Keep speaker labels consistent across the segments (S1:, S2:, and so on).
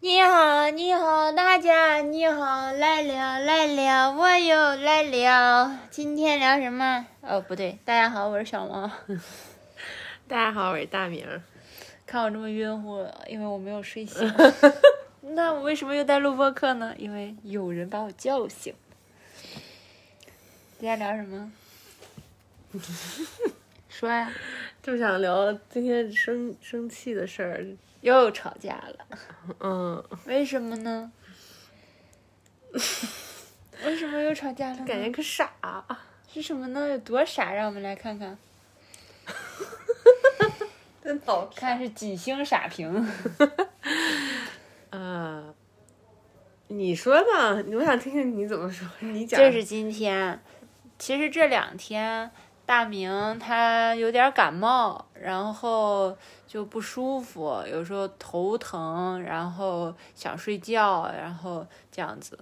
S1: 你好，你好，大家你好，来了来了，我又来了。今天聊什么？哦，不对，大家好，我是小王。
S2: 大家好，我是大明。
S1: 看我这么晕乎，因为我没有睡 醒。那我为什么又在录播课呢？因为有人把我叫醒。今天聊什 么？说呀，
S2: 就想聊今天生生气的事儿。
S1: 又吵架了，
S2: 嗯，
S1: 为什么 呢？为什么又吵架了呢？
S2: 感觉可傻。啊
S1: 是什么呢？有多傻？让我们来看看，嗯
S2: 真好看。
S1: 看是几星傻 评。
S2: 啊，你说呢？我想听听你怎么说。你讲。
S1: 这是今天，其实这两天大明他有点感冒，然后就不舒服，有时候头疼，然后想睡觉，然后这样子。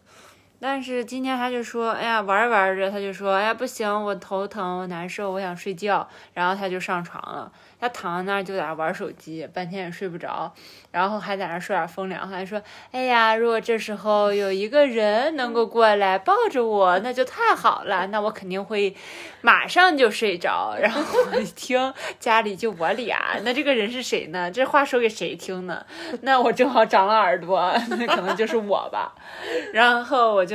S1: 但是今天他就说，哎呀，玩着玩着他就说，哎呀，不行，我头疼，我难受，我想睡觉。然后他就上床了，他躺在那儿就在那儿玩手机，半天也睡不着，然后还在那儿说点风凉话，还说哎呀，如果这时候有一个人能够过来抱着我，那就太好了，那我肯定会马上就睡着。然后我一听，家里就我俩，那这个人是谁呢？这话说给谁听呢？ 那我正好长了耳朵，那可能就是我吧。 然后我就。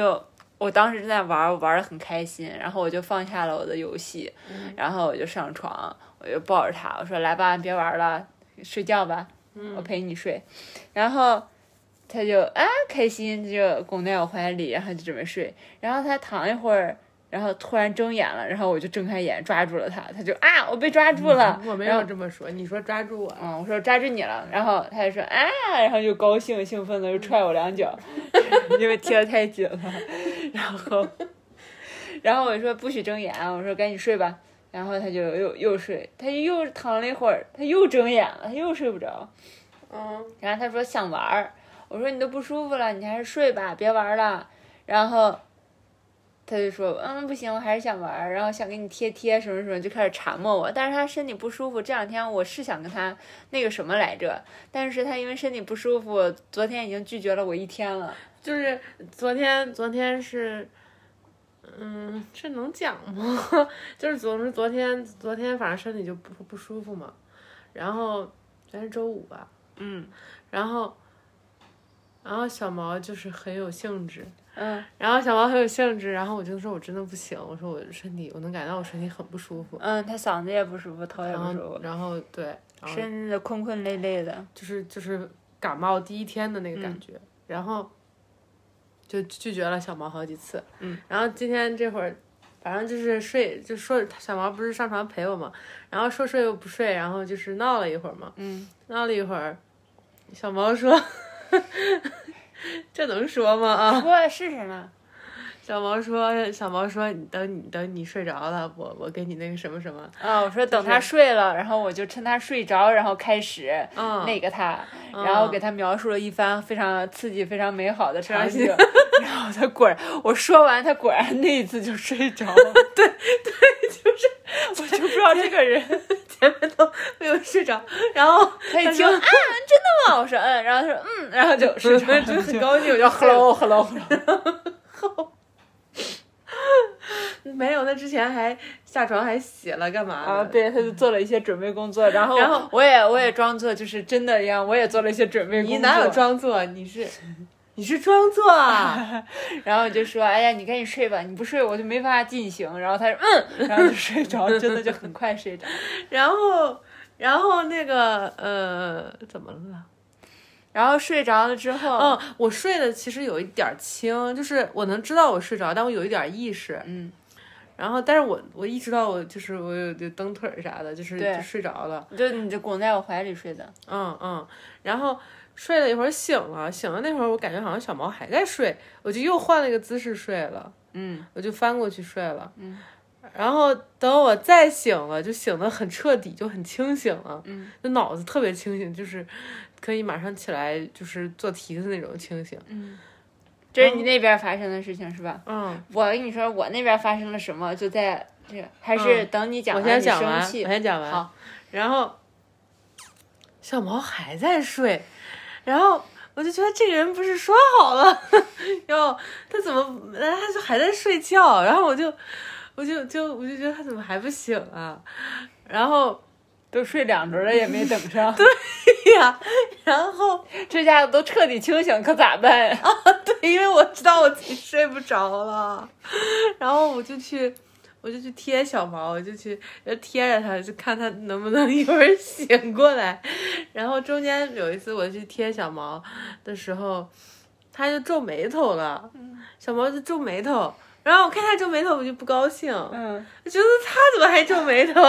S1: 我当时正在玩，我玩的很开心，然后我就放下了我的游戏，然后我就上床，我就抱着他，我说：“来吧，别玩了，睡觉吧，我陪你睡。然后他就啊开心就拱在我怀里，然后就准备睡。然后他躺一会儿，然后突然睁眼了，然后我就睁开眼抓住了他，他就啊我被抓住了，
S2: 我没
S1: 然
S2: 有
S1: 后
S2: 这么说。你说抓住我，啊
S1: 嗯，我说抓住你了，然后他就说啊，然后就高兴兴奋的就踹我两脚， 因为贴的太紧了，然后，然后我说不许睁眼，啊我说赶紧睡吧，然后他就又又睡，他又躺了一会儿，他又睁眼了，他又睡不着，
S2: 嗯，
S1: 然后他说想玩儿，我说你都不舒服了，你还是睡吧，别玩儿了。然后他就说，嗯，不行，我还是想玩儿，然后想给你贴贴什么什么，就开始缠磨我。但是他身体不舒服，这两天我是想跟他那个什么来着，但是他因为身体不舒服，昨天已经拒绝了我一天了。
S2: 就是昨天，昨天是，嗯，这能讲吗？ 就是总之昨天，昨天反正身体就不不舒服嘛。然后昨天是周五吧，
S1: 嗯
S2: 然后，然后小毛就是很有兴致，
S1: 嗯
S2: 然后小毛很有兴致，然后我就说我真的不行，我说我身体，我能感到我身体很不舒服，
S1: 嗯，他嗓子也不舒服，头也
S2: 然
S1: 不舒
S2: 后
S1: 服，
S2: 然后对，然后
S1: 身子困困累累的。
S2: 就是就是感冒第一天的那
S1: 嗯
S2: 个感觉，然后就拒绝了小毛好几次，
S1: 嗯，
S2: 然后今天这会儿。反正就是睡，就说小毛不是上床陪我嘛，然后说睡又不睡，然后就是闹了一会儿嘛，
S1: 嗯，
S2: 闹了一会儿，小毛说， 这能说吗啊？
S1: 说试试呢。
S2: 小毛说：“小毛说，你等你等你睡着了，我我给你那个什么什么。
S1: 啊，我说等他睡了，然后我就趁他睡着，然后开始。
S2: 嗯，
S1: 那个他，
S2: 嗯
S1: 然后给他描述了一番非常刺激、非常美好的场景， 然后他果然，我说完他果然那一次就睡着 了，对对，就是我就不知道这个人，
S2: 前面都没有睡着，然后
S1: 他一听啊，真的吗？我说嗯，然后他说嗯，然后就睡着 了，
S2: 就很高兴，我就
S1: 就 hello hello，
S2: 没有，那之前还下床还洗了干嘛
S1: 啊，
S2: 呢？
S1: 对，他就做了一些准备工作，然后
S2: 然后
S1: 我也我也装作就是真的一样，我也做了一些准备工作，
S2: 你哪有装作？ 你是你是装作啊？
S1: 然后我就说：“哎呀，你赶紧睡吧，你不睡我就没办法进行。”然后他说：“ 嗯。”然后就睡着，真的就很快睡着。
S2: 然后然后那个呃，怎么了？
S1: 然后睡着了之 后，
S2: 哦，我睡的其实有一点儿轻，就是我能知道我睡着，但我有一点儿意识。
S1: 嗯
S2: 然后，但是我我意识到我就是我有就蹬腿儿啥的，就是
S1: 对
S2: 就睡着了。
S1: 就你就拱在我怀里睡的，
S2: 嗯嗯，然后睡了一会儿醒了，醒了那会儿我感觉好像小毛还在睡，我就又换了一个姿势睡了，
S1: 嗯
S2: 我就翻过去睡了。
S1: 嗯
S2: 然后等我再醒了，就醒得很彻底，就很清醒了，
S1: 嗯
S2: 就脑子特别清醒，就是可以马上起来就是做题的那种清醒。
S1: 嗯，这是你那边发生的事情是吧？
S2: 嗯，
S1: 我跟你说，我那边发生了什么，就在这个，还是等你讲
S2: 嗯我
S1: 完、
S2: 先
S1: 你
S2: 讲完，
S1: 生
S2: 我
S1: 气。
S2: 先讲完。
S1: 好，
S2: 然后小毛还在睡，然后我就觉得这个人不是说好了 要他怎么，他就还在睡觉，然后我就我就就我就觉得他怎么还不醒啊？然后
S1: 都睡两轮了也没等上，
S2: 对呀、然后
S1: 这家伙都彻底清醒，可咋办 呀？
S2: 对，因为我知道我自己睡不着了，然后我就去，我就去贴小毛，我就去就贴着它，就看它能不能一会儿醒过来。然后中间有一次我去贴小毛的时候，它就皱眉头了，小毛就皱眉头。然后我看它皱眉头，我就不高兴，我
S1: 嗯，
S2: 觉得它怎么还皱眉头？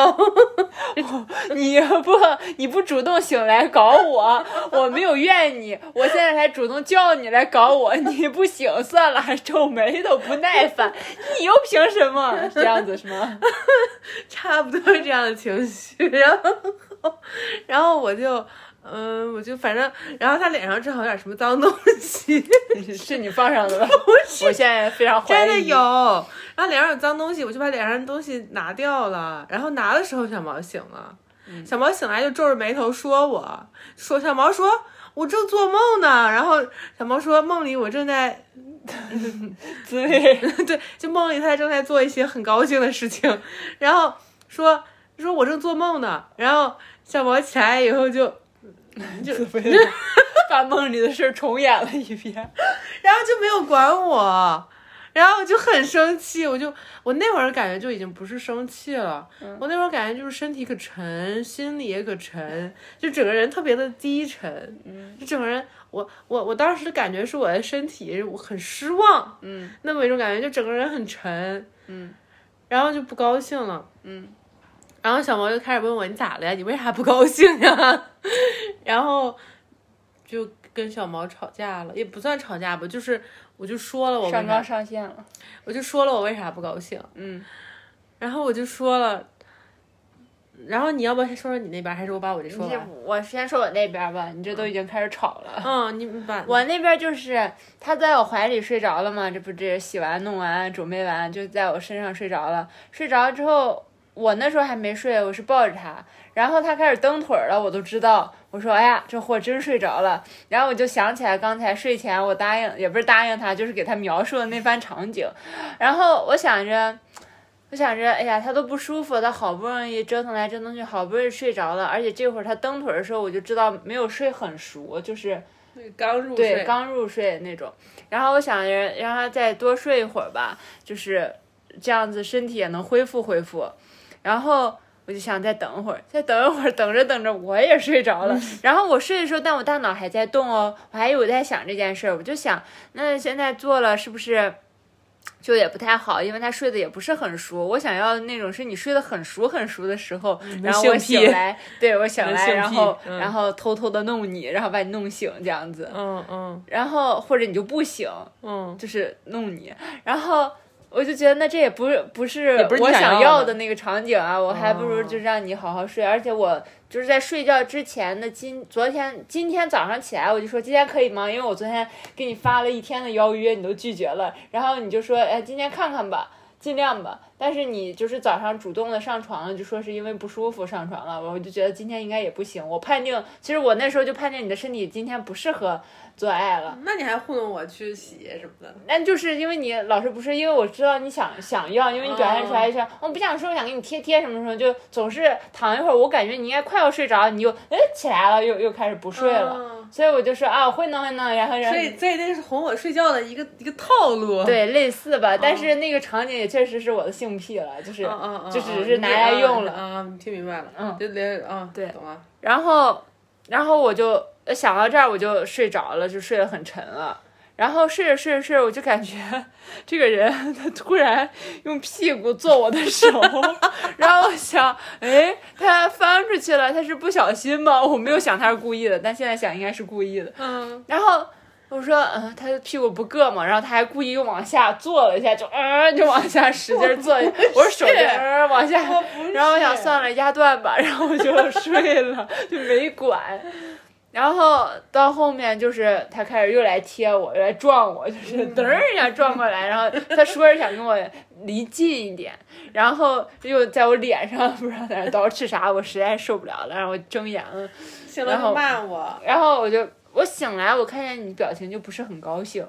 S1: 你不你不主动醒来搞我， 我没有怨你，我现在才主动叫你来搞我，你不醒算了，还皱眉头不耐 烦，你又凭什么这样子是吗？
S2: 差不多是这样的情绪，然后，然后我就，嗯，我就反正，然后他脸上正好有点什么脏东西，
S1: 是你放上的 吧？我现在非常怀疑。
S2: 真的有，然后脸上有脏东西，我就把脸上的东西拿掉了，然后拿的时候小毛醒了，小毛醒来就皱着眉头说我，说小毛说。我正做梦呢，然后小毛说梦里我正在，
S1: 对，
S2: 对，就梦里他正在做一些很高兴的事情，然后说说我正做梦呢，然后小毛起来以后就
S1: 把梦里的事儿重演了一遍。
S2: 然后就没有管我，然后我就很生气，我就我那会儿感觉就已经不是生气了，
S1: 嗯
S2: 我那会儿感觉就是身体可沉，心里也可沉，就整个人特别的低沉，
S1: 嗯
S2: 就整个人我我我当时的感觉是我的身体我很失望，
S1: 嗯，
S2: 那么一种感觉，就整个人很沉，嗯，然后就不高兴了，
S1: 嗯。
S2: 然后小毛就开始问我你咋了呀？你为啥不高兴呀？ 然后就跟小毛吵架了，也不算吵架吧，就是我就说了我为
S1: 上
S2: 啥
S1: 纲，上线了，
S2: 我就说了我为啥不高兴，
S1: 嗯，
S2: 然后我就说了，然后你要不要先说说你那边，还是我把我这说
S1: 你这
S2: 完？
S1: 我先说我那边吧，你这都已经开始吵了。
S2: 嗯，你把
S1: 我那边就是他在我怀里睡着了嘛，这不这洗完弄完准备完就在我身上睡着了。睡着之后，我那时候还没睡，我是抱着他，然后他开始蹬腿儿了，我都知道。我说哎呀，这货真睡着了。然后我就想起来刚才睡前我答应也不是答应他，就是给他描述的那番场景。然后我想着。我想着，哎呀，他都不舒服，他好不容易折腾来折腾去，好不容易睡着了，而且这会儿他蹬腿儿的时候，我就知道没有睡很熟，就是
S2: 刚入
S1: 对， 刚入睡那种。然后我想着让他再多睡一会儿吧，就是这样子，身体也能恢复恢复。然后我就想再等会儿，再等一会儿，等着等着我也睡着了。
S2: 嗯
S1: 然后我睡的时候，但我大脑还在动哦，我还有在想这件事儿，我就想，那现在做了是不是？就也不太好，因为他睡得也不是很熟。我想要那种是你睡得很熟很熟的时候，然后我
S2: 嗯性癖
S1: 醒来，对我醒
S2: 人
S1: 来，
S2: 性
S1: 然
S2: 癖
S1: 后、
S2: 嗯
S1: 然后偷偷的弄你，然后把你弄醒这样子。
S2: 嗯嗯
S1: 然后或者你就不醒，
S2: 嗯，
S1: 就是弄你，然后。我就觉得那这也不是不是
S2: 不是你
S1: 我
S2: 想
S1: 想
S2: 要
S1: 要
S2: 的哦
S1: 的那个场景啊，我还不如就让你好好睡。而且我就是在睡觉之前的今昨天今天早上起来我就说今天可以吗？因为我昨天给你发了一天的邀约，你都拒绝了，然后你就说哎今天看看吧，尽量吧。但是你就是早上主动的上床了，就说是因为不舒服上床了，我就觉得今天应该也不行。我判定其实我那时候就判定你的身体今天不适合做爱了。
S2: 那你还糊弄我去洗什么的？
S1: 那就是因为你老师不是因为我知道你想想要，因为你表现出
S2: 嗯
S1: 来是、我不想说，我想给你贴贴什么什么，就总是躺一会儿，我感觉你应该快要睡着，你又哎起来了，又又开始不睡了，
S2: 嗯
S1: 所以我就说啊，我会弄会弄，然后然后
S2: 所以所以那是哄我睡觉的一个一个套路。
S1: 对
S2: 对，
S1: 类似吧，但是那个场景也确实是我的性癖了，就是、
S2: 嗯嗯，
S1: 就只是拿来用了，
S2: 啊，你听明白了，嗯，就连啊，对，懂了。
S1: 然后，然后我就呃想到这儿，我就睡着了，就睡得很沉了。然后睡着睡着睡着，我就感觉这个人他突然用屁股坐我的手，然后我想，哎，他翻出去了，他是不小心吗？我没有想他是故意的，但现在想应该是故意的。
S2: 嗯，
S1: 然后我说，嗯，他的屁股不硌嘛，然后他还故意又往下坐了一下，就呃就往下使劲坐，我说手就呃往下，然后我想算了，压断吧，然后我就睡了， 就没管。然后到后面就是他开始又来贴我，又来撞我，就是噔儿一下撞过来，然后他说是想跟我离近一点，然后又在我脸上不知道在那捯饬啥，我实在受不了了，然后我睁眼了，
S2: 醒
S1: 然
S2: 了
S1: 后
S2: 就骂我，
S1: 然后我就我醒来，我看见你表情就不是很高兴，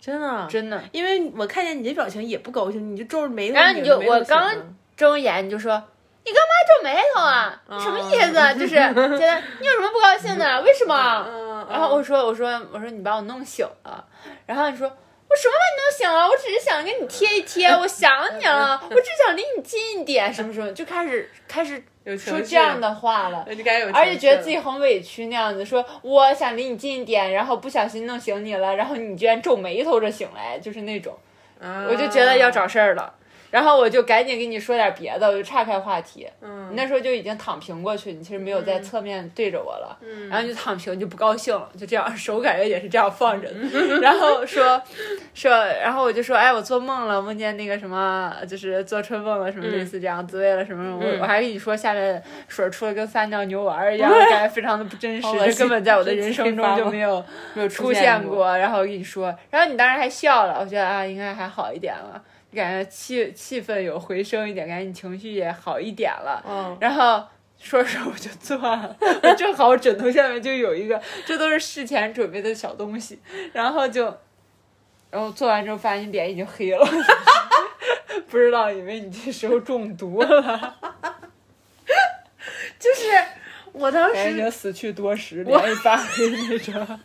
S2: 真的，
S1: 真的。
S2: 因为我看见你的表情也不高兴，你就皱着眉头。
S1: 然后你就
S2: 没有
S1: 我刚嗯
S2: 想啊
S1: 睁眼你就说。你干嘛皱眉头啊？
S2: 啊
S1: 什么意思啊？就是觉得你有什么不高兴的？为什么？
S2: 嗯，
S1: 然后我说我说我说你把我弄醒了，然后你说我什么把你弄醒了？我只是想跟你贴一贴，我想你 了，我只想离你近一点，什么什么，就开始开始
S2: 有情
S1: 说
S2: 绪
S1: 这样，的话了。
S2: 那就该有情绪了，
S1: 而且觉得自己很委屈那样子，说我想离你近一点，然后不小心弄醒你了，然后你居然皱眉头着醒来，就是那种，
S2: 啊，
S1: 我就觉得要找事儿了，然后我就赶紧跟你说点别的，我就岔开话题。
S2: 嗯，
S1: 你那时候就已经躺平过去，你其实没有在侧面对着我了，
S2: 嗯
S1: 然后就躺平就不高兴了，就这样手感觉也是这样放着的， 然后说说，然后我就说，哎，我做梦了，梦见那个什么，就是做春梦了，什么类似这样滋味了什么什么，我
S2: 嗯
S1: 我还跟你说下面水出了跟撒尿牛丸儿 一样，感觉非常的不真实
S2: 好恶，心
S1: 这根本在我的
S2: 真
S1: 人
S2: 奇葩
S1: 生中就
S2: 吗
S1: 没有
S2: 没有
S1: 出现
S2: 现，
S1: 过，然后我跟你说，然后你当时还笑了，我觉得啊，应该还好一点了，就感觉气气氛有回升一点，感觉你情绪也好一点了，
S2: 嗯，
S1: 然后说着说着我就做了，我正好我枕头下面就有一个， 这都是事前准备的小东西，然后就，然后做完之后发现脸已经黑了， 不知道以为你这时候中毒了，
S2: 就是我当
S1: 感
S2: 时
S1: 觉死去多时，脸一发黑那种。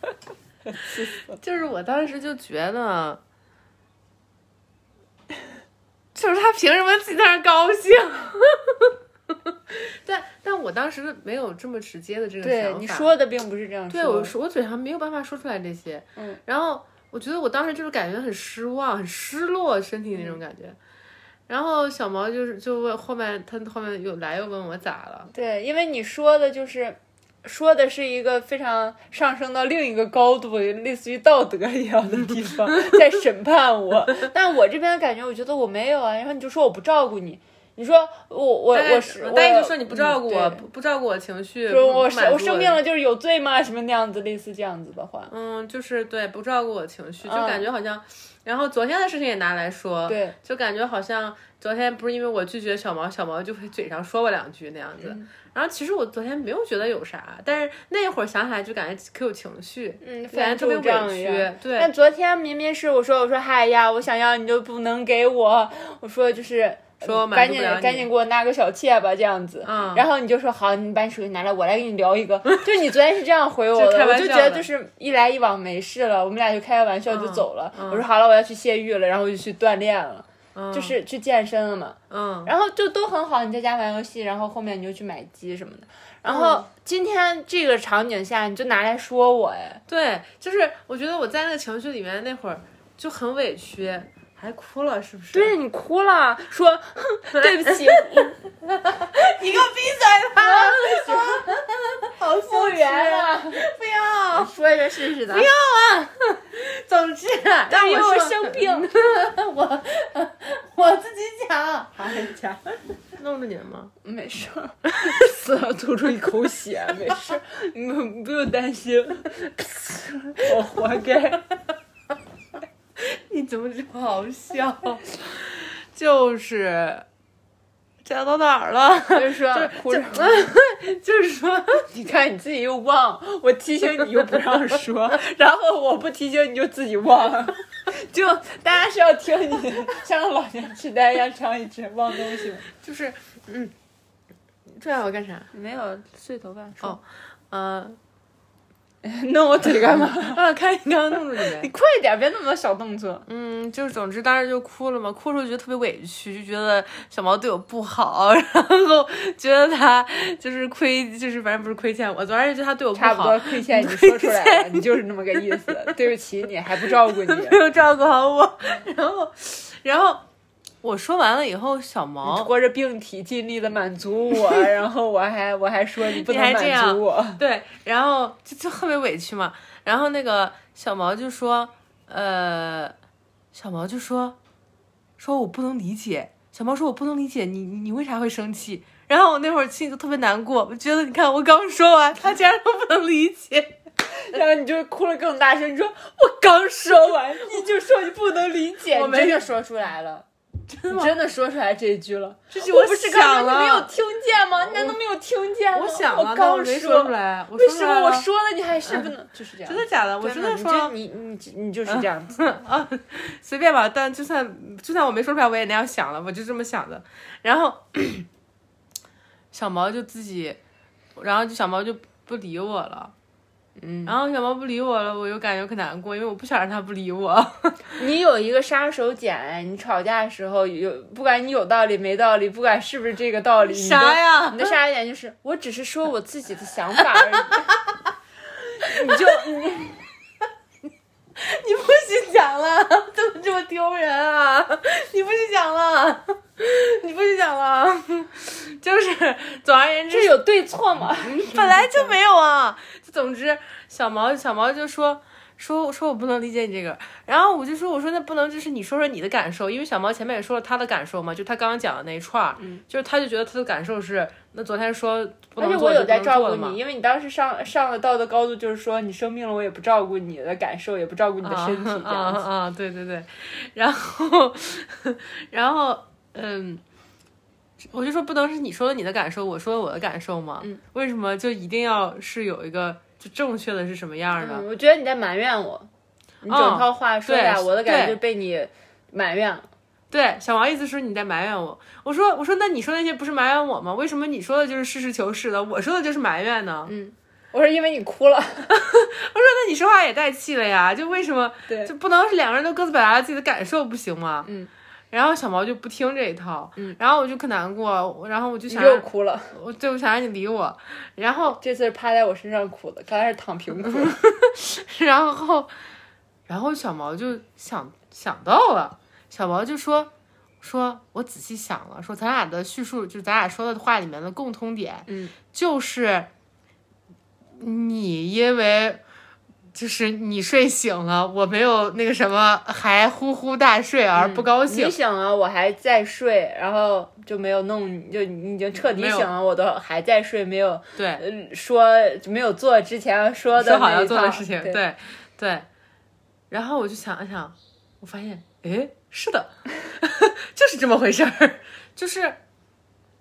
S2: 就是我当时就觉得， 就是他凭什么自己在那儿高兴？ 但但我当时没有这么直接的这个想
S1: 对
S2: 法。
S1: 你说的并不是这样
S2: 对
S1: 说
S2: 我
S1: 的
S2: 说，我嘴上没有办法说出来这些。
S1: 嗯，
S2: 然后我觉得我当时就是感觉很失望、很失落，身体那
S1: 嗯
S2: 种感觉。然后小毛就是就问后面他后面有来又问我咋了，
S1: 对，因为你说的就是。说的是一个非常上升到另一个高度，类似于道德一样的地 方，在审判我。但我这边的感觉，我觉得我没有啊。然后你就说我不照顾你，你说我我
S2: 大概
S1: 我是，
S2: 大
S1: 我
S2: 概就说你不照顾我，
S1: 嗯
S2: 不不照顾我情绪，
S1: 对说
S2: 不
S1: 我
S2: 不
S1: 是
S2: 满足
S1: 我生
S2: 的
S1: 病了就是有罪吗？什么那样子，类似这样子的话。
S2: 嗯，就是对不照顾我情绪，就
S1: 嗯
S2: 感觉好像，然后昨天的事情也拿来说，
S1: 对，
S2: 就感觉好像昨天不是因为我拒绝小毛，小毛就会嘴上说我两句那样子。
S1: 嗯
S2: 然后其实我昨天没有觉得有啥，但是那一会儿想起来就感觉可有情绪，
S1: 嗯，
S2: 感觉
S1: 反
S2: 特
S1: 正
S2: 别
S1: 就这样
S2: 委
S1: 一样
S2: 屈。对，
S1: 但昨天明明是我说我说嗨呀，我想要你就不能给我，我说就是
S2: 说
S1: 赶
S2: 满足
S1: 紧
S2: 不了你
S1: 赶紧给我拿个小妾吧这样子。
S2: 嗯
S1: 然后你就说好，你把你手机拿来，我来跟你聊一个。就你昨天是这样回我
S2: 就
S1: 的，
S2: 开
S1: 我
S2: 玩
S1: 就
S2: 笑
S1: 觉得
S2: 的
S1: 就是一来一往没事了，我们俩就开个玩笑就
S2: 嗯
S1: 走了。
S2: 嗯
S1: 我说好了，我要去泄欲了，然后我就去锻炼了，
S2: 嗯
S1: 就是去健身了嘛。
S2: 嗯，
S1: 然后就都很好，你在家玩游戏，然后后面你就去买鸡什么的。然后
S2: 嗯
S1: 今天这个场景下，你就拿来说我哎。
S2: 对，就是我觉得我在那个情绪里面那会儿就很委屈，还哭了，是不是？
S1: 对你哭了，说哼 对不起，
S2: 你给我闭嘴吧！好
S1: 复
S2: 复
S1: 原
S2: 原啊！
S1: 了，
S2: 不要， 啊
S1: 说一个试试的。
S2: 总之，
S1: 但
S2: 但
S1: 因为
S2: 我
S1: 我
S2: 说
S1: 生病，
S2: 我自己讲，
S1: 哎呀，
S2: 弄着你了吗？
S1: 没事儿，死了吐出一口血，没事儿，你们不用担心，我活该。
S2: 你怎么这么好笑？ 就是讲到哪儿了？
S1: 就是说，哭着，
S2: 就是说，
S1: 你看你自己又忘，我提醒你又不让说，然后我不提醒你就自己忘了，就大家是要听你像老年痴呆一样常一直忘东 西吗？
S2: 就是嗯，这样我干啥？
S1: 没有碎头发，
S2: 说嗯、
S1: 弄哦我腿干嘛？
S2: 呃，啊，看你刚刚弄着你
S1: 你
S2: 没。
S1: 快点，别那么多小动作。
S2: 嗯，就是总之当时就哭了嘛，哭的时候觉得特别委屈，就觉得小毛对我不好， 然后觉得他就是亏，就是反正不是亏欠我，总而言之他对我不
S1: 差不
S2: 好
S1: 多，亏欠你说出 来了，你就是那么个意思。对不起，你还不照顾你，
S2: 没有照顾好我， 然后，然后我说完了以后，小毛
S1: 拖着病体尽力的满足 我，然后我还我还说你不能
S2: 你还这
S1: 满
S2: 样啊
S1: 足我。
S2: 对，然后就就特别委屈嘛。然后那个小毛就说，呃，小毛就说，说我不能理解。小毛说我不能理解你，你你为啥会生气？然后我那会儿心里就特别难过，我觉得你看我刚说完，他竟然都不能理解，
S1: 然后你就哭了更大声，你说我刚说完，你就说你不能理解，
S2: 我
S1: 你
S2: 没
S1: 真的说出来了。真
S3: 你
S1: 的吗？
S3: 真的说出来这一句了，
S2: 这句
S1: 我
S2: 不
S1: 不
S2: 是
S1: 是
S2: 刚
S1: 刚
S2: 才
S1: 才你没有
S2: 了，
S1: 听见吗？你难道没有听见吗？
S2: 啊我想了，但我
S1: 刚
S2: 没
S1: 说
S2: 出来，我
S1: 为
S2: 说出
S1: 什
S2: 来
S1: 么我
S2: 了。啊
S1: 说了你还是不能？就是这样
S2: 真。的假的？我真的说啊了
S1: 你你你你就是这样子。
S2: 随便吧，但就算就算我没说出来，我也那样想了，我就这么想的。然后 小毛就自己，然后就小毛就不理我了。嗯，然后小毛不理我了，我又感觉可难过，因为我不想让他不理我。
S1: 你有一个杀手锏，你吵架的时候有，不管你有道理没道理，不管是不是这个道理，你都
S2: 啥呀
S1: 你的杀手锏就是，我只是说我自己的想法而已。你就你
S2: 你不许讲了， 怎么这么丢人啊？你不许讲了， 你不许讲了， 就是总而言之
S1: 这有 对错吗？
S2: 本来
S1: 嗯
S2: 就没有啊。就总之，小毛小毛就说说说我不能理解你这个，然后我就说我说那不能就是你说说你的感受，因为小毛前面也说了他的感受嘛，就他刚刚讲的那一串儿，就是他就觉得他的感受是那昨天说不
S1: 嗯而且
S2: 能做
S1: 我
S2: 就
S1: 有
S2: 不
S1: 在
S2: 能
S1: 照
S2: 做
S1: 顾
S2: 了嘛啊
S1: 你，。因为你当时上上了道德高度，就是说你生病了，我也不照顾你的感受，也不照顾你的身体，这
S2: 啊
S1: 样
S2: 啊
S1: 子。
S2: 啊！对对对，然后 然后嗯，我就说不能是你说了你的感受，我说了我的感受嘛。嗯，为什么就一定要是有一个就正确的是什么样儿的？
S1: 嗯，我觉得你在埋怨我，你整
S2: 嗯
S1: 套话说
S2: 对
S1: 下来，我的感
S2: 对
S1: 觉被你埋怨了。
S2: 对，小王意思是你在埋怨我。我说我说那你说那些不是埋怨我吗？为什么你说的就是实事求是的，我说的就是埋怨呢？
S1: 嗯我说因为你哭了，
S2: 那你说话也带气了呀？就为什么
S1: 对
S2: 就不能是两个人都各自表达自己的感受不行吗？
S1: 嗯。
S2: 然后小毛就不听这一套，嗯，然后我就可难过，然后我就
S1: 你
S2: 想让
S1: 又哭了。
S2: 我对我想让你理我，然后
S1: 这次是趴在我身上哭的，刚才是躺平 哭。
S2: 然后然后小毛就想想到了，小毛就说说我仔细想了，说咱俩的叙述就咱俩说的话里面的共通点，
S1: 嗯，
S2: 就是你因为。就是你睡醒了，我没有那个什么，还呼呼大睡而不高兴
S1: 嗯你。醒了，我还在睡，然后就没有弄你，就你已经彻底
S2: 没有
S1: 醒了，我都还在睡，没有
S2: 对，
S1: 呃说没有做之前说的
S2: 说好
S1: 那
S2: 要
S1: 一
S2: 做的
S1: 套
S2: 事情，
S1: 对，
S2: 对对。然后我就想了想，我发现，诶，是的， 就是这么回事儿，就是，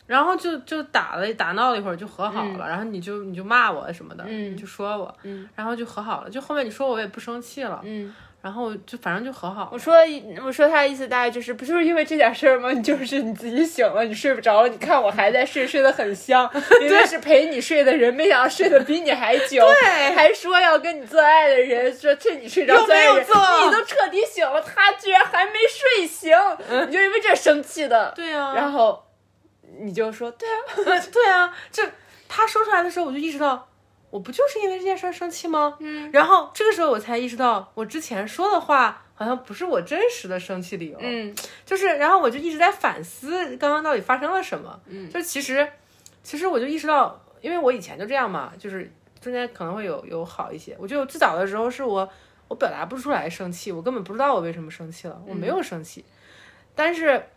S2: 然后就就打了打闹了一会儿就和好了，然后你就你就骂我什么的，
S1: 嗯
S2: 你就说我，
S1: 嗯
S2: 然后就和好了，就后面你说我也不生气了，
S1: 嗯，哦
S2: 然后就反正就和好了
S1: 我说我说他的意思大概就是，不就是因为这点事儿吗？你就是你自己醒了，你睡不着了，你看我还在睡，睡得很 香，明明是陪你睡的人，没想到睡得比你还久，
S2: 对
S1: 还说要跟你做爱的人说趁你睡着
S2: 又
S1: 做爱的
S2: 没有
S1: 人，
S2: 做
S1: 你都彻底醒了，他居然还没睡醒，
S2: 嗯
S1: 你就因为这生气的，
S2: 对呀、
S1: 然后你就说对啊，
S2: 对啊，这他说出来的时候，我就意识到，我不就是因为这件事儿生气吗？嗯，然后这个时候我才意识到，我之前说的话好像不是我真实的生气理由，
S1: 嗯，
S2: 就是，然后我就一直在反思刚刚到底发生了什么，嗯，就其实，其实我就意识到，因为我以前就这样嘛，就是中间可能会有有好一些，我觉得我最早的时候是我我表达不出来生气，我根本不知道我为什么生气了，我
S1: 嗯
S2: 没有生气，但是。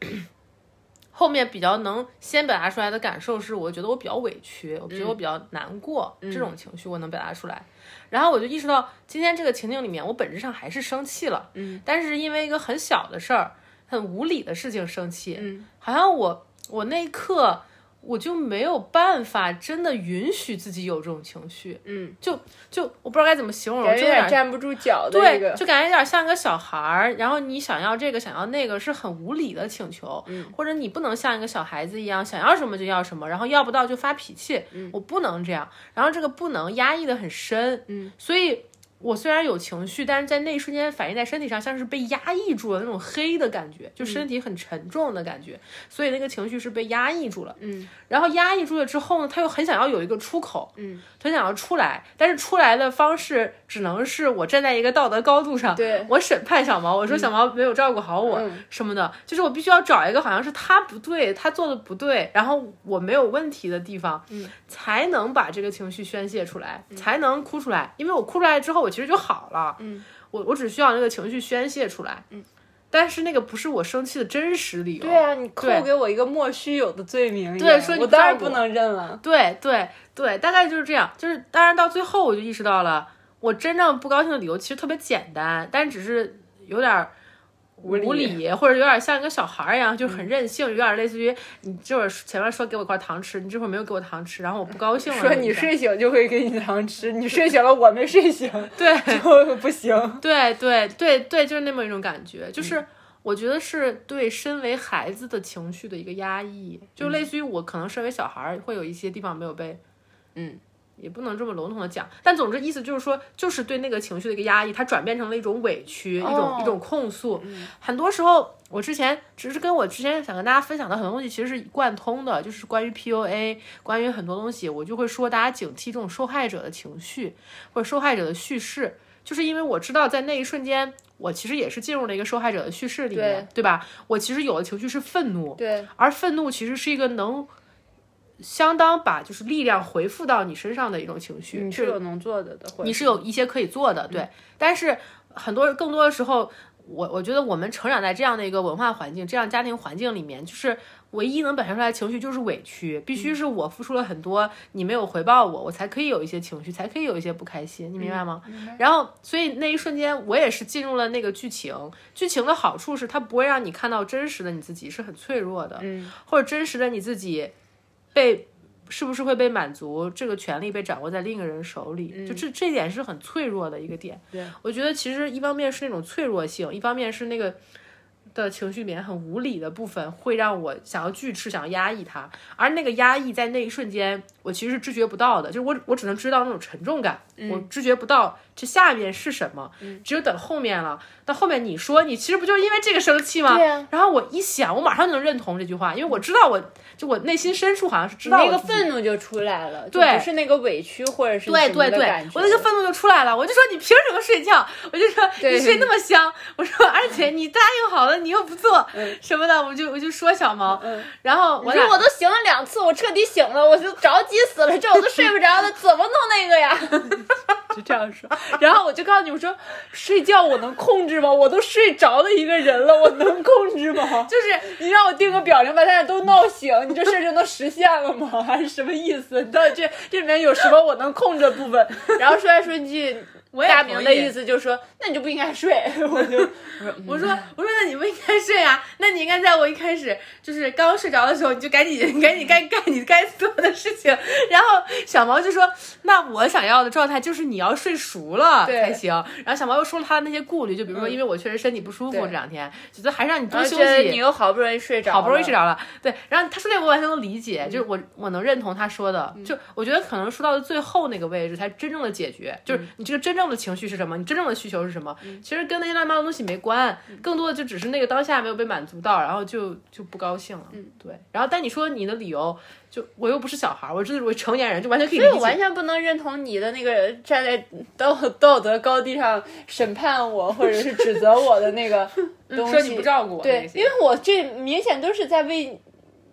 S2: 后面比较能先表达出来的感受是，我觉得我比较委屈，我觉
S1: 嗯
S2: 得我比较难过，这种情绪我能表达出来。然后我就意识到，今天这个情境里面，我本质上还是生气了，嗯，但是因为一个很小的事儿，很无理的事情生气，嗯，好像我我那一刻我就没有办法真的允许自己有这种情绪，
S1: 嗯，
S2: 就就我不知道该怎么形容，
S1: 感
S2: 就
S1: 觉
S2: 有
S1: 有
S2: 点
S1: 点站不住脚的
S2: 对，
S1: 那个，
S2: 就感觉有点像个小孩儿，然后你想要这个，想要那个，是很无理的请求，
S1: 嗯
S2: 或者你不能像一个小孩子一样，想要什么就要什么，然后要不到就发脾气，
S1: 嗯
S2: 我不能这样，然后这个不能压抑的很深，嗯，所以。我虽然有情绪，但是在那一瞬间反映在身体上，像是被压抑住了那种黑的感觉，
S1: 嗯
S2: 就身体很沉重的感觉，所以那个情绪是被压抑住了。
S1: 嗯，
S2: 然后压抑住了之后呢，他又很想要有一个出口，
S1: 嗯，
S2: 很想要出来，但是出来的方式只能是我站在一个道德高度上，
S1: 对
S2: 我审判小毛，我说小毛没有照顾好我、
S1: 嗯
S2: 什么的，就是我必须要找一个好像是他不对，他做的不对，然后我没有问题的地方，
S1: 嗯，
S2: 才能把这个情绪宣泄出来，才能哭出来，因为我哭出来之后，我其实就好了，
S1: 嗯，
S2: 我我只需要那个情绪宣泄出来，嗯，但是那个不是我生气的真实理由，
S1: 对啊，你扣
S2: 对
S1: 给我一个莫须有的罪名一样，
S2: 对说你
S1: 我当然
S2: 照顾
S1: 不能认了，
S2: 对对对，大概就是这样。就是当然到最后我就意识到了，我真正不高兴的理由其实特别简单，但只是有点儿
S4: 无理
S2: 无理，或者有点像一个小孩儿一样，就是很任性，有点类似于你这会儿前面说给我一块糖吃，你这会儿没有给我糖吃，然后我不高兴了。
S1: 说你
S2: 是
S1: 睡醒就会给你糖吃，你睡醒了我没睡 醒
S2: 对
S1: 就不行。
S2: 对对对对，就是那么一种感觉，就是我觉得是对身为孩子的情绪的一个压抑，就类似于我可能身为小孩儿会有一些地方没有被，
S1: 嗯，
S2: 也不能这么笼统的讲，但总之意思就是说，就是对那个情绪的一个压抑，它转变成了一种委屈，一种一种控诉。很多时候，我之前只是跟我之前想跟大家分享的很多东西其实是贯通的，就是关于 PUA，关于很多东西，我就会说大家警惕这种受害者的情绪或者受害者的叙事。就是因为我知道在那一瞬间，我其实也是进入了一个受害者的叙事里面，对吧？我其实有的情绪是愤怒，
S4: 对，
S2: 而愤怒其实是一个能相当把就是力量回复到你身上的一种情绪，
S1: 你是有能做的的，或者
S2: 你是有一些可以做的，对。但是很多更多的时候，我我觉得我们成长在这样的一个文化环境、这样家庭环境里面，就是唯一能表现出来的情绪就是委屈，必须是我付出了很多，你没有回报我，我才可以有一些情绪，才可以有一些不开心，你明白吗？然后，所以那一瞬间，我也是进入了那个剧情。剧情的好处是，它不会让你看到真实的你自己是很脆弱的，
S1: 嗯，
S2: 或者真实的你自己被是不是会被满足，这个权利被掌握在另一个人手里，
S4: 嗯
S2: 就这这点是很脆弱的一个点。
S1: 对，
S2: 我觉得其实一方面是那种脆弱性，一方面是那个。的情绪里面很无理的部分，会让我想要拒斥、想要压抑它，而那个压抑在那一瞬间，我其实是知觉不到的，就是我我只能知道那种沉重感，
S4: 嗯
S2: 我知觉不到这下面是什么，只有等后面了。到后面你说你其实不就是因为这个生气吗？
S4: 对啊
S2: 然后我一想，我马上就能认同这句话，因为我知道我就我内心深处好像是知道
S1: 那
S2: 我
S1: 个
S2: 自己
S1: 愤怒就出来了，对不是那个委屈或者是
S2: 对
S1: 什么
S2: 对
S1: 的
S2: 对
S1: 感，觉
S2: 我那个愤怒就出来了，我就说你凭什么睡觉？我就说
S1: 对
S2: 你睡那么香，我说而且你答应好了你又不做什么的，我就我就说小毛，然后我
S1: 我嗯说
S2: 俩
S1: 我都醒了两次，我彻底醒了，我就着急死了，这我都睡不着了， 怎么弄那个 呀？
S2: 就这样说，
S1: 然后我就告诉你，我说睡觉我能控制吗？我都睡着的一个人了，我能控制 吗？
S2: 就是
S1: 你让我定个表情把大家都 闹醒，你这事儿就能实现了吗？ 还是什么意思？你到底这这里面有什么我能控制的部分？ 然后说来说去，
S2: 也
S1: 大明的
S2: 同意
S1: 意思就是说，那你就不应该睡。我 就
S2: 我说我说那你不应该睡啊，那你应该在我一开始就是刚睡着的时候，你就赶紧 赶紧该干你该做的事情。然后小毛就说，那我想要的状态就是你要睡熟了
S1: 对嗯
S2: 才行。然后小毛又说了他的那些顾虑，就比如说因为我确实身体不舒服
S1: 对
S2: 这两天，觉得还是让你多
S1: 我
S2: 休
S1: 觉
S2: 息。
S1: 得你又好不嗯容易睡着了，
S2: 好不容易睡着了，对。然后他说这个我完全能理解，就是我我能认同他说的，
S1: 嗯
S2: 就我觉得可能说到最后那个位置才真正的解决，
S1: 嗯
S2: 就是你这个真正的情绪是什么，你真正的需求是什么，其实跟那些乱七八糟的东西没关，
S1: 嗯
S2: 更多的就只是那个当下没有被满足到，然后就就不高兴了，
S1: 嗯
S2: 对。然后但你说你的理由，就我又不是小孩儿，我这我成年人就完全可以
S1: 所以
S2: 理
S1: 我完
S2: 解。
S1: 全不能认同你的那个站在道道德高地上审判我或者是指责我的那 个东西。
S2: 说你不照顾我那
S1: 对，
S2: 些，
S1: 因为我这明显都是在为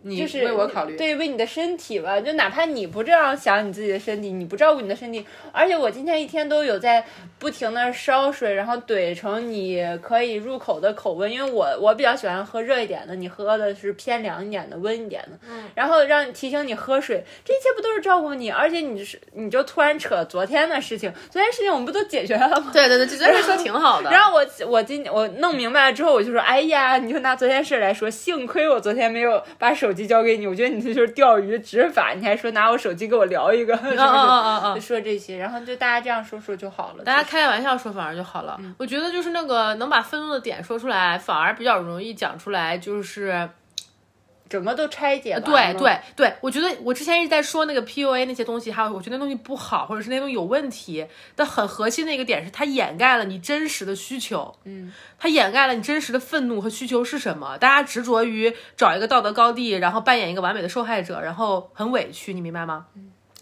S2: 你
S1: 就是
S2: 为我考虑，
S1: 对，为 你的身体吧。就哪怕你不这样想你自己的身体，你不照顾你的身体，而且我今天一天都有在不停的烧水，然后怼成你可以入口的口温，因为我我比较喜欢喝热一点的，你喝的是偏凉一点的、温一点的，
S2: 嗯
S1: 然后让你提醒你喝水，这一切不都是照顾你？而且你是你就突然扯昨天的事情，昨天事情我们不都解决了吗？
S2: 对 对对，就这说挺好 的。
S1: 然后我我今我弄明白了之后，我就说，哎呀，你就拿昨天事来说，幸亏我昨天没有把手机交给你，我觉得你这就是钓鱼执法，你还说拿我手机跟我聊一个， 是不是？
S2: 嗯嗯嗯嗯嗯
S1: 就说这些，然后就大家这样说说就好了。
S2: 大家开玩笑说反而就好了。我觉得就是那个能把愤怒的点说出来，反而比较容易讲出来。就是
S1: 整个都拆解完
S2: 对
S1: 了
S2: 对对，我觉得我之前一直在说那个 PUA 那些东西，还有我觉得那东西不好，或者是那东西有问题但很核心的一个点是，它掩盖了你真实的需求。嗯，它掩盖了你真实的愤怒和需求是什么。大家执着于找一个道德高地，然后扮演一个完美的受害者，然后很委屈，你明白吗？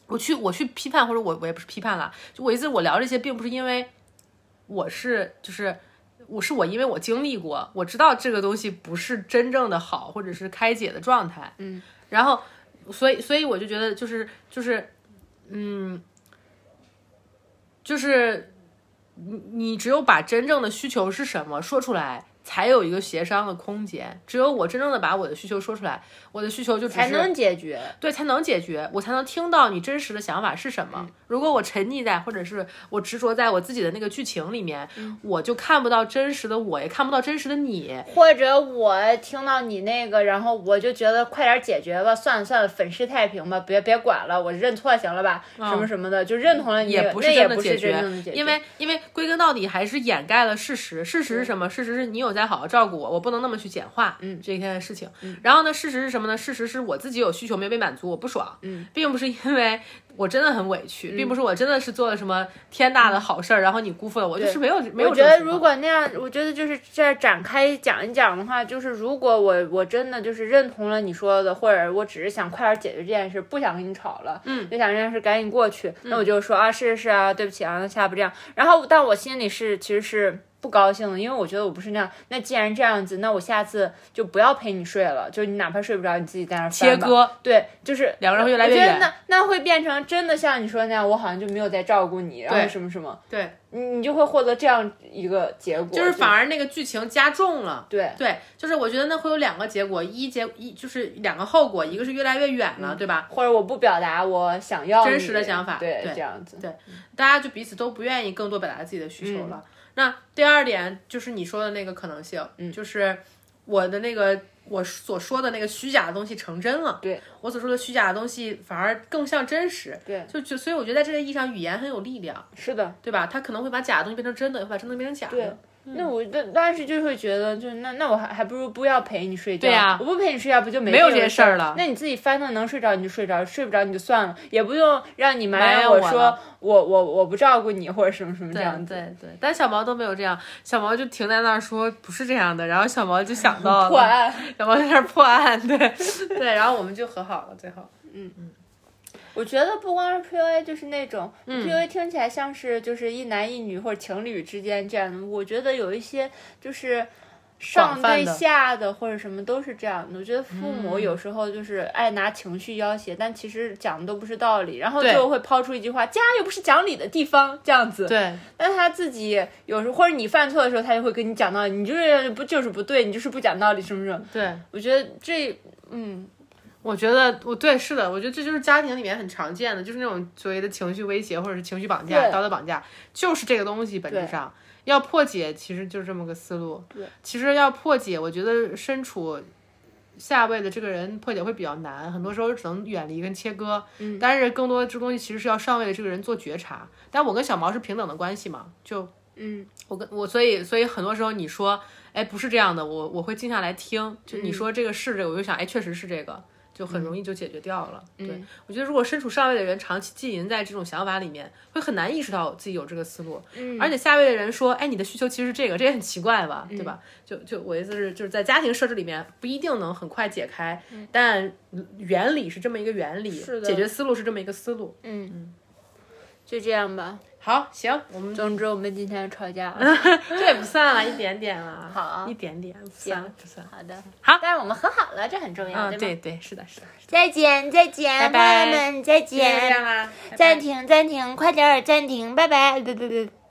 S2: 我去，我去批判，或者我我也不是批判了，就我意思，我聊这些，并不是因为我是就是我是我，因为我经历过，我知道这个东西不是真正的好，或者是开解的状态。嗯，然后所以所以我就觉得就是就是嗯，就是你你只有把真正的需求是什么说出来。才有一个协商的空间。只有我真正的把我的需求说出来，我的需求就只是
S1: 才能解决。
S2: 对，才能解决，我才能听到你真实的想法是什
S1: 嗯
S2: 么。如果我沉溺在，或者是我执着在我自己的那个剧情里面，
S1: 嗯
S2: 我就看不到真实的我，也看不到真实的你。
S1: 或者我听到你那个，然后我就觉得快点解决吧，算了算了，粉饰太平吧，别别管了，我认错行了吧，什么什么的，就认同了你，
S2: 嗯也
S1: 不
S2: 不
S1: 是
S2: 是
S1: 也
S2: 真的
S1: 是
S2: 解
S1: 真
S2: 决
S1: 正的解，决，
S2: 因为因为归根到底还是掩盖了事实。事实是什么？事实是你有在好好照顾我，我不能那么去简化嗯这件事情。然后呢，事实是什么呢？事实是我自己有需求没有被满足，我不爽，嗯，并不是因为我真的很委屈，
S1: 嗯
S2: 并不是我真的是做了什么天大的好事儿，然后你辜负了我，就是没有没有
S1: 我
S2: 这
S1: 觉
S2: 种情况。
S1: 得如果那样，我觉得就是再展开讲一讲的话，就是如果我我真的就是认同了你说的，或者我只是想快点解决这件事，不想跟你吵了，嗯，就想这件事赶紧过去，那我就说
S2: 嗯
S1: 啊，是是啊，对不起啊，那下次不这样。然后，但我心里是其实是。不高兴的，因为我觉得我不是那样。那既然这样子，那我下次就不要陪你睡了。就是你哪怕睡不着，你自己在那儿翻
S2: 切
S1: 吧
S2: 割，
S1: 对，就是
S2: 两个人会越来越
S1: 我觉得
S2: 远
S1: 那那会变成真的像你说那样，我好像就没有在照顾你，然后
S2: 对
S1: 什么什么，
S2: 对，
S1: 你你就会获得这样一个结果，
S2: 就是反而那个剧情加重了。
S1: 对
S2: 对，就是我觉得那会有两个结果，一结一就是两个后果，一个是越来越远
S1: 嗯
S2: 了，对吧？
S1: 啊或者我不表达我想要
S2: 真
S1: 你
S2: 实的想法
S1: 对，
S2: 对
S1: 这样子，对，
S2: 大家就彼此都不愿意更多表达自己的需求
S1: 嗯
S2: 了。那第二点就是你说的那个可能性，
S1: 嗯
S2: 就是我的那个我所说的那个虚假的东西成真了，
S1: 对
S2: 我所说的虚假的东西反而更像真实，
S1: 对
S2: 就就所以我觉得在这个意义上，语言很有力量，
S1: 是的，
S2: 对吧？它可能会把假的东西变成真的，也会把真的变成假
S1: 对
S2: 的。。
S1: 那我但但是就会觉得，就是那那我还还不如不要陪你睡觉。对
S2: 呀
S1: 我不陪你睡觉不就没
S2: 啊没有
S1: 这个
S2: 这些
S1: 事
S2: 事儿了
S1: 那你自己翻腾能睡着你就睡着，睡不着你就算了，也不用让你埋
S2: 埋
S1: 怨
S2: 怨
S1: 我
S2: 我
S1: 说
S2: 了
S1: 我我我不照顾你或者什么什么这样子。
S2: 对对，但小毛都没有这样，小毛就停在那儿说不是这样的，然后小毛就想到 了
S1: 破案，
S2: 小毛在那儿破案， 对对，然后我们就和好了，最后
S1: 我觉得不光是 PUA，就是那种、PUA
S2: 嗯
S1: 听起来像是就是一男一女或者情侣之间这样的。我觉得有一些就是上
S2: 广泛
S1: 对
S2: 的嗯
S1: 下的或者什么都是这样的。我觉得父母有时候就是爱拿情绪要挟，但其实讲的都不是道理，然后
S2: 对
S1: 就会抛出一句话：“家又不是讲理的地方。”这样子。
S2: 对
S1: 但他自己有时候或者你犯错的时候，他就会跟你讲道理，你就是不就是不对，你就是不讲道理什么什么。
S2: 对，
S1: 我觉得这嗯。
S2: 我觉得我对是的，我觉得这就是家庭里面很常见的，就是那种所谓的情绪威胁或者是情绪绑架、
S1: 对
S2: 道德绑架，就是这个东西本质上要破解，其实就是这么个思路。
S1: 对，
S2: 其实要破解，我觉得身处。下位的这个人破解会比较难，很多时候只能远离跟切割。嗯，但是更多这东西其实是要上位的这个人做觉察。但我跟小毛是平等的关系嘛，就
S1: 嗯，
S2: 我跟我所以所以很多时候你说，哎，不是这样的，我我会静下来听。就你说这个是这个，我就想，哎，确实是这个，就很容易就解决掉了。对，我觉得如果身处上位的人长期浸淫在这种想法里面，会很难意识到自己有这个思路。嗯，而且下位的人说，哎，你的需求其实是这个，这也很奇怪吧，对吧？就就我意思是，就是在家庭设置里面不一定能很快解开，但原理是这么一个原理，
S1: 是的
S2: 解决思路是这么一个思路。
S1: 就这样吧。
S2: 好，行，我们
S1: 总之，我们今天吵架了。
S2: 这也不算了，一点点了，
S1: 好
S2: 一点点，不算了，不算了。
S1: 好的，
S2: 好
S1: 但是我们和好了，这很重要，
S2: 嗯，
S1: 吧？
S2: 对对，是的，是的，是的
S5: 再见，再见，
S2: 拜拜
S5: 朋友们，再
S2: 今天就
S5: 见。
S2: 这样啦，拜拜
S5: 暂停，暂停，快点儿暂停，拜拜。对对对。